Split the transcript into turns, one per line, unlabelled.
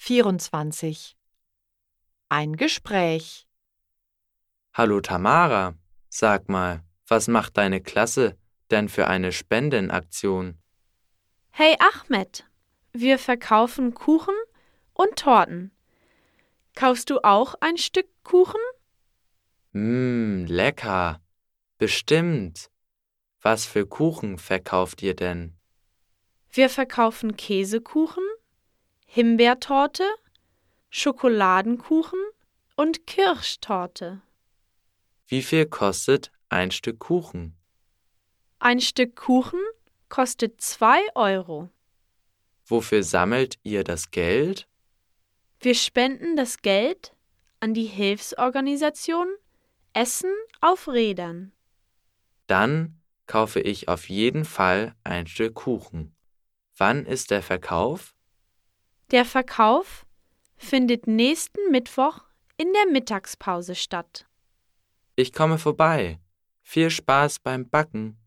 10.24 Ein Gespräch.
Hallo Tamara, sag mal, was macht deine Klasse denn für eine Spendenaktion?
Hey Ahmed, wir verkaufen Kuchen und Torten. Kaufst du auch ein Stück Kuchen?
Mmm, lecker. Bestimmt. Was für Kuchen verkauft ihr denn?
Wir verkaufen Käsekuchen, Himbeertorte, Schokoladenkuchen und Kirschtorte.
Wie viel kostet ein Stück Kuchen?
Ein Stück Kuchen kostet 2 Euro.
Wofür sammelt ihr das Geld?
Wir spenden das Geld an die Hilfsorganisation Essen auf Rädern.
Dann kaufe ich auf jeden Fall ein Stück Kuchen. Wann ist der Verkauf?
Der Verkauf findet nächsten Mittwoch in der Mittagspause statt.
Ich komme vorbei. Viel Spaß beim Backen.